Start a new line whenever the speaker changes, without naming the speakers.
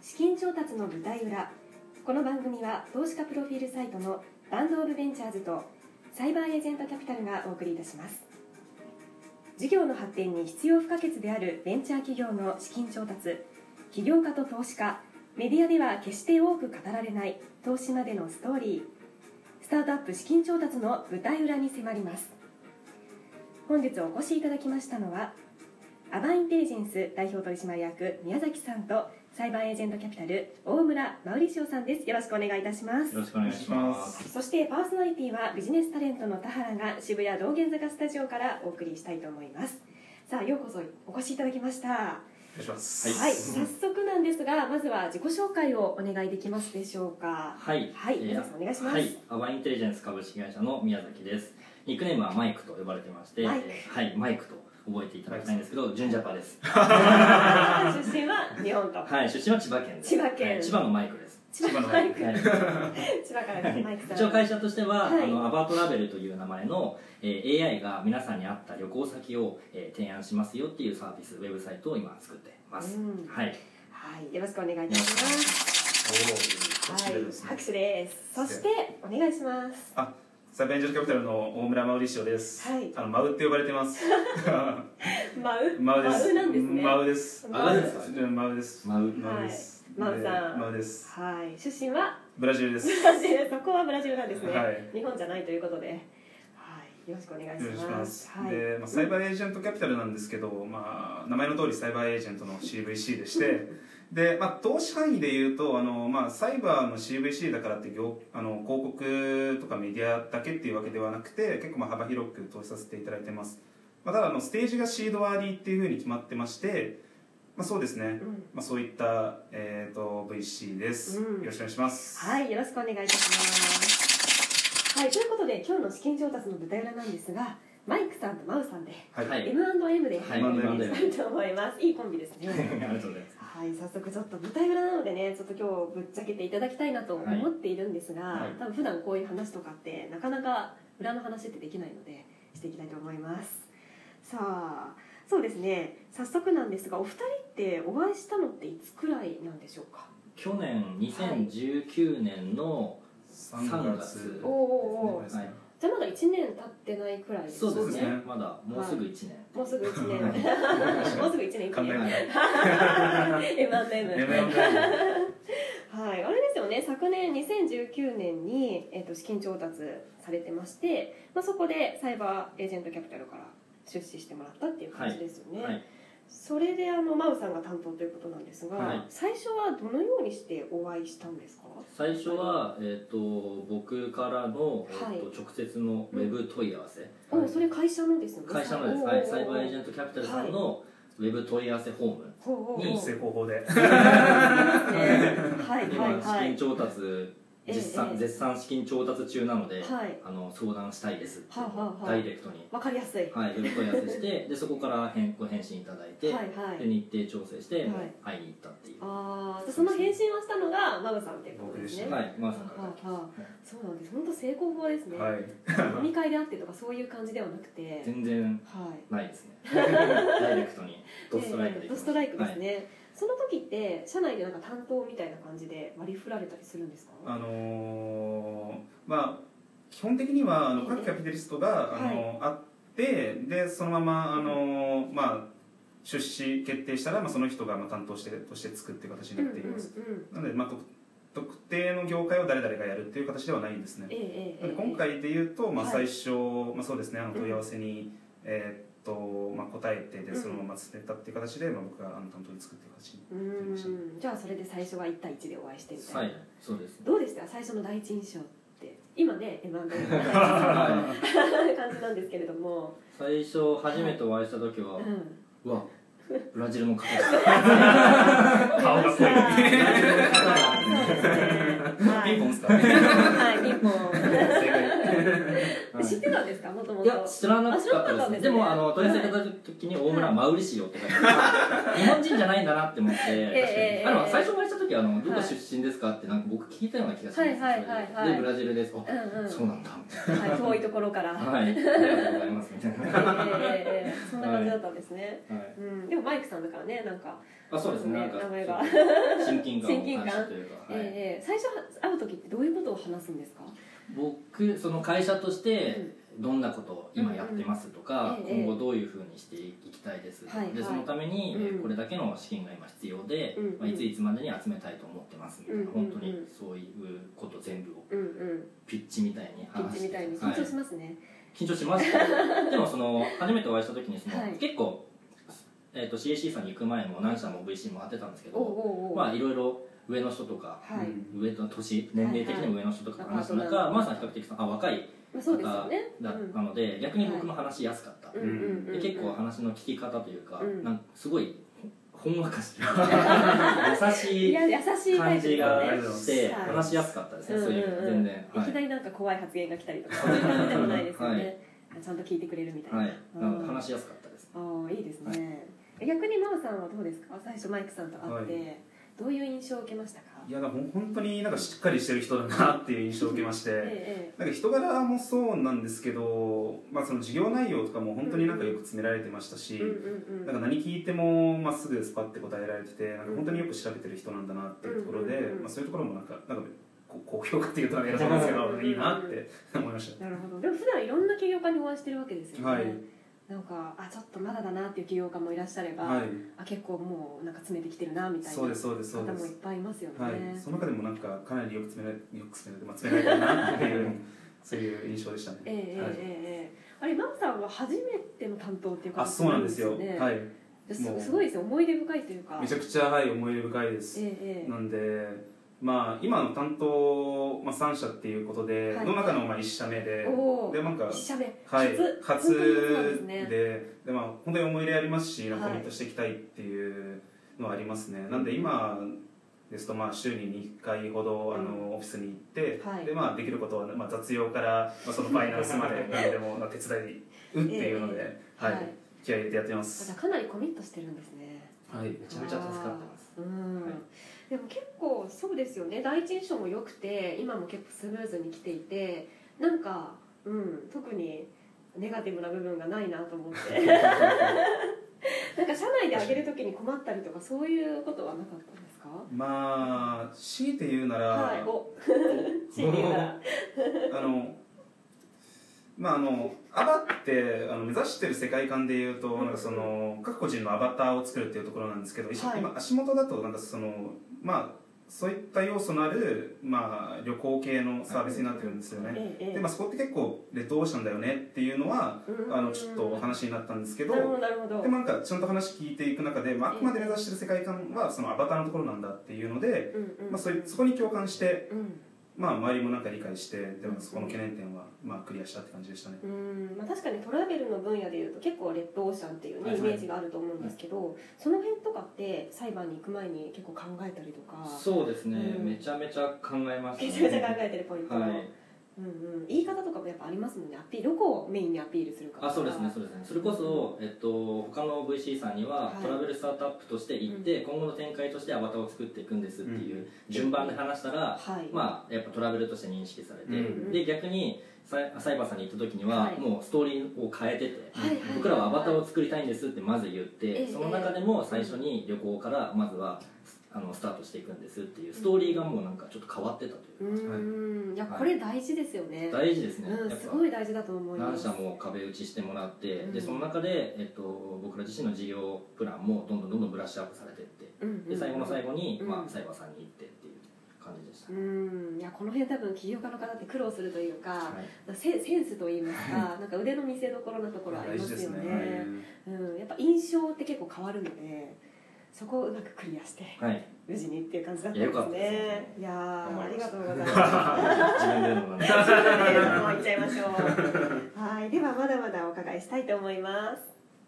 資金調達の舞台裏この番組は投資家プロフィールサイトのバンドオブベンチャーズとサイバーエージェントキャピタルがお送りいたします事業の発展に必要不可欠であるベンチャー企業の資金調達起業家と投資家メディアでは決して多く語られない投資までのストーリースタートアップ資金調達の舞台裏に迫ります本日お越しいただきましたのはアバンインテリジェンス代表取締役宮崎さんとサイバーエージェントキャピタル大村マウリシオさんですよろしくお願いいたします
よろしくお願いします。
そしてパーソナリティはビジネスタレントの田原が渋谷道玄坂スタジオからお送りしたいと思いますさあようこそお越しいただきましたは
お願いします。
い、早速なんですがまずは自己紹介をお願いできますでしょうか
はい。
はい
えー
皆さんお願いします
はい。アバンインテリジェンス株式会社の宮崎です。ニックネームはマイクと呼ばれてまして、
マイク
えーはい、マイクと覚えていただきたいんですけど、純ジャパです。
出身は日本と
はい、出身は千葉県です。
千葉県
はい千葉のマイクです。
千葉
葉の
マイク
はい
千葉からですマイクさん
一応会社としては、
はい
あのアバートラベルという名前の、えー AI が皆さんに合った旅行先を、えー提案しますよっていうサービスウェブサイトを今作ってます、
うん
はい
はいよろしくお願いいたします
おお、
は
こちら
い
ですね。
拍手ですそしてお願いします
あ、サベンジャーキャピタルの大村マウリシオです。
はい
あのマウって呼ばれ てます。
マウ
マウです。
なんですね
マウです。
マウ
ですか
マウです。
マウ
マウです。
マウさん
でマウです。
はい出身は
ブラジルです。
ブラジルそこはブラジルなんですね、
はい
日本じゃないということで、はい、よろしくお願いし
よろしくお願
ま
いしますす。
はい
で、まあ、サイバーエージェントキャピタルなんですけど、まあ、名前の通りサイバーエージェントの CVC でして、 で、まあ、投資範囲で言うと、あの、まあ、サイバーの CVC だからって業、あの、広告とかメディアだけっていうわけではなくて、結構まあ幅広く投資させていただいてます。まあ、ただ、あの、ステージがシードワーディっていうふうに決まってまして、まあ、そうですね。
うん
まあ、そういった、えっ、と、VC です、
うん
よろしくお願いします。
はい、よろしくお願いいたしますはい、ということで今日の資金調達の舞台裏なんですがマイクさんとマウさんで
は い。
はい
M&M で
はい
お送りしたいと思います、いいコンビです
あ り
ね
がとうございます
はい、早速ちょっと舞台裏なのでねちょっと今日ぶっちゃけていただきたいなと思っているんですが、
はいはい
多分普段こういう話とかってなかなか裏の話ってできないのでしていきたいと思いますさあそうですね早速なんですがお二人ってお会いしたのっていつくらいなんでしょうか
去年2019年の、
3月。
おおお
ですね
はい
じゃあまだ1年経ってないくらいです
そうですね
そうですね
まだもうすぐ1年、
もうすぐ1年
は
もうすぐ1年
考えない。
M&M
は
はい、あれですよね昨年2019年に、えー、と資金調達されてまして、まあ、そこでサイバーエージェントキャピタルから出資してもらったっていう感じですよね、
はい
それであのマウさんが担当ということなんですが、
はい
最初はどのようにしてお会いしたんですか
最初は、えっと僕からの、えっと
は
直接のウェブ問い合わせ、
おそれ会社のですよね
会社のです、はい、サイバーエージ
ン
ェントキャピタルさんのウェブ問い合わせフォーム
ト
に
い。成功法 で。
はい
今、
はいはい
資金調達実産、
ええ
絶賛資金調達中なので、
はい
あの相談したいですっていう
はあはあはあ
ダイレクトに、
わかりやすいは
はい、ウェブ問い合わせして でそこから返ご返信いただい
い
て、
はい
で日程調整して、
はい
会いに行ったっていう
ああじゃあその返信をしたのがマムさんってことですね
僕でした
はいマーさんから
はあはあそうなんです本当成功法ですね、
はい。
飲み会であってとかそういう感じではなくて
全然
はい
ないですね ダイレクトにドストライクで
えー
行きました
ドストライクですね、その時って社内でなんか担当みたいな感じで割り振られたりするんですか
あのーまあ基本的にはあの各キャピタリストが、あのあってでそのままあのーまあ出資決定したら、まあ、その人がまあ担当してとしてつくっていう形になっています、
うんうんうん
なので、まあ、特特定の業界を誰々がやるっていう形ではないんですね
ええええ
な
え
の
え
で今回で言うと、まあ、
はい
最初、まあ、そうですねあの
うん
問い合わせに、えーっとまあ、答えて
うん
でそのまま捨てたっていう形で、まあ、僕があの担当につくっていう形に
うーんじゃあそれで最初は1対1でお会いしてみたいな、
はいそうです
どうでした最初の第一印象って今ね M&A の
は
感じなんですけれども、
い最初初めてお会いした時は、
うん、
うわブラジルの方だ
出ましたそうです
方だ
顔が濃い
ねはい
ピンポンスターね
はいピンポン
正解
知ってたんですかもとも
い
と
や知らなかったですねでもあの取り寄せた時に大村マウリシオって書いてあって日本人じゃないんだなって思って、
ええ
あの最初お会いした時あの「どこ出身ですか?」ってなんか僕聞いたような気がします、
はいはいはいはい
でブラジルですあ、
うんうん
そうなんだ
はい、遠いところから、
はいありがとうございますみたいな、
え
は
えええええそんな感じだったんですね、
い、
うん、でもマイクさんだからねなんか、
あそうですねなんか
名前が
ちょっと親近感を
親近
感
感
じたというか、はい
ええ最初会う時ってどういうことを話すんですか、
僕その会社とし
う
て
ん
どんなことを今やってますとか、
うんうんええ
今後どういうふうにしていきたいです、
はいはい
でそのために、
うん
えーこれだけの資金が今必要で、
うんうん
まあ、いついつまでに集めたいと思ってますみたいな、
うんうんうん
本当にそういうこと全部を
うんうん
ピッチみたいに
ピッ
話
チ
して
みたいに
は
緊張
い
しますね、
緊張しまし たでもその初めてお会いした時にその、
はい
結構、えー、と CAC さんに行く前も何社も VC 回ってたんですけ
おう
ど
おうおう
まあいろいろ上の人とか
はい、
うん
上と年年齢的にも上の人とかと話した中、
はいはい
まあさん比較的あ若い
まあ、そうですよね
だ
うん
ったので、逆に僕も話しやすかった、
うんうんうんう
で
ん、
結構話の聞き方というか,、
うん
なんかすごいほんわかして 優し
い
い
や優しいタイ
感
プです
じが
よね
して
はい
話しやすかったですね、
うんうん
そういう意味で全然、
うん、い
はい
きなりなんか怖い発言が来たりとかそういう感じでもないですよね、あちゃんと聞いてくれるみたいな、
はい、
うん
なので話しやすかったです
ああいいですね、え逆に真央さんはどうですか最初マイクさんと会って、
は
どういう印象を受けましたか
いやだからほん本当になんかしっかりしてる人だなっていう印象を受けまして、
え
なんか人柄もそうなんですけど、まあ、その事業内容とかも本当になんかよく詰められてました
え
し、
ええうんうんうん
なんか何聞いても、まあ、すぐスパって答えられててなんか本当によく調べてる人なんだなっていうところで、
うんうんうん
まあ、そういうところもなんかなんかこ高評価っていうとは偉そうですけ
う
ど
ん
いいなって思いました
なるほどでも普段いろんな起業家にお会いしてるわけですよね、
はい
なんかあちょっとまだだなっていう起業家もいらっしゃれば、
はい
あ結構もうなんか詰めてきてるなみたいな
そうですそうですそう
方も
で
いっ
す
ぱいいますよね、
はいその中でもなんかかなりよく詰められよく詰められて、まあ、詰められたなっていう そういう印象でしたね、
ええええ
はい
ええあれ真央さんは初めての担当っていう
あ
形
そうなんですよ
ね
はい
す
もう
すごいですよ思い出深いというか
めちゃ
く
くちゃ、はい、思い出深いです
ちゃえええ
なんで、まあ、今の担当、まあ、3社っていうことで、
はい
の中のまあ1社目で
えおお
でなんか、
一社目
はい、
初
初
本当に初なんですね
ででまあ、本当に思い入れありますしなんか
はい
コミットしていきたいっていうのはありますね、なんで今ですとまあ週に2回ほどあの、
う
オフィスに行って、
はい
でまあ、できることは、まあ、雑用から、まあ、そのファイナンス まで何でもまあ手伝いうっていうので、
え
はい
はい
気合い入れてやってま
じゃ
す、
あかなりコミットしてるんですね
はい、
めちゃめちゃ助かってます
あーうん、
はい
でも結構そうですよね第一印象も良くて今も結構スムーズに来ていてなんか、うん、特にネガティブな部分がないなと思って なんか社内で上げるときに困ったりとかそういうことはなかったんですか
まあ強いて言うなら、
はい お心理から
あのまああのアバってあの目指してる世界観でいうとなんかその各個人のアバターを作るっていうところなんですけど、一
はい
今足元だとなんかそのまあそういった要素のある、まあ、旅行系のサービスになってるんですよね、
ええええ
で、まあ、そこって結構レッドオーシャンだよねっていうのは
うん
あのちょっとお話になったんですけど
なるほどなるほど
でもなんかちゃんと話聞いていく中で、まあ、あくまで目指してる世界観はそのアバターのところなんだっていうので、
うんうんうん
まあ、それそこに共感して
うん
まあ、周りもなんか理解して、でもそこの懸念点は、まあ、クリアしたって感じでしたね。
うんまあ、確かにトラベルの分野でいうと結構レッドオーシャンっていう、ね
はい
イメージがあると思うんですけど、その辺とかって裁判に行く前に結構考えたりとか
そうですね、
うん
めちゃめちゃ考えました
め
ね
ちゃめちゃ考えてるポイント、
はい
うんうん、言い方とかもやっぱありますもんねアピールどこをメインにアピールするかとか
あそうですねそうですねそれこそ、えっと、他の VC さんには、
はい
トラベルスタートアップとして行って、今後の展開としてアバターを作っていくんですっていう順番で話したら、
はい、
まあ、やっぱトラベルとして認識されて、
うん
で逆にサイサイバーさんに行った時には、
はい
もうストーリーを変えてて、
はいはい
僕らはアバターを作りたいんですってまず言って、
ええ
その中でも最初に旅行からまずはあのスタートしていくんですっていうストーリーがもうなんかちょっと変わってたというう、
ん、い、や
はい
これ大事ですよね、
大事ですね、
うん、
やっ
す
ぱ
ごい大事だと思いま
何
す
社も壁打ちしてもらって、
うん
でその中で、えっと、僕ら自身の事業プランもどんどんどんどんブラッシュアップされていって
うんうんうん
で最後の最後に、
うん
まあ、サイバーさんに行ってっていう感じでした、
うんいやこの辺多分起業家の方って苦労するというか、
はい
セセンスといいますか、なんか腕の見せ所なところあり
大
ます
事です
よね
ね。
うん、やっぱ印象って結構変わるのでそこをうまくクリアして
はい
無事にっていう感じだった
いや
ん
よ
で
か
す
ったです
ね
ね
いやーありがとうございます
自分で言うのもなん です
ということでもう行っちゃいましょうはいではまだまだお伺いしたいと思います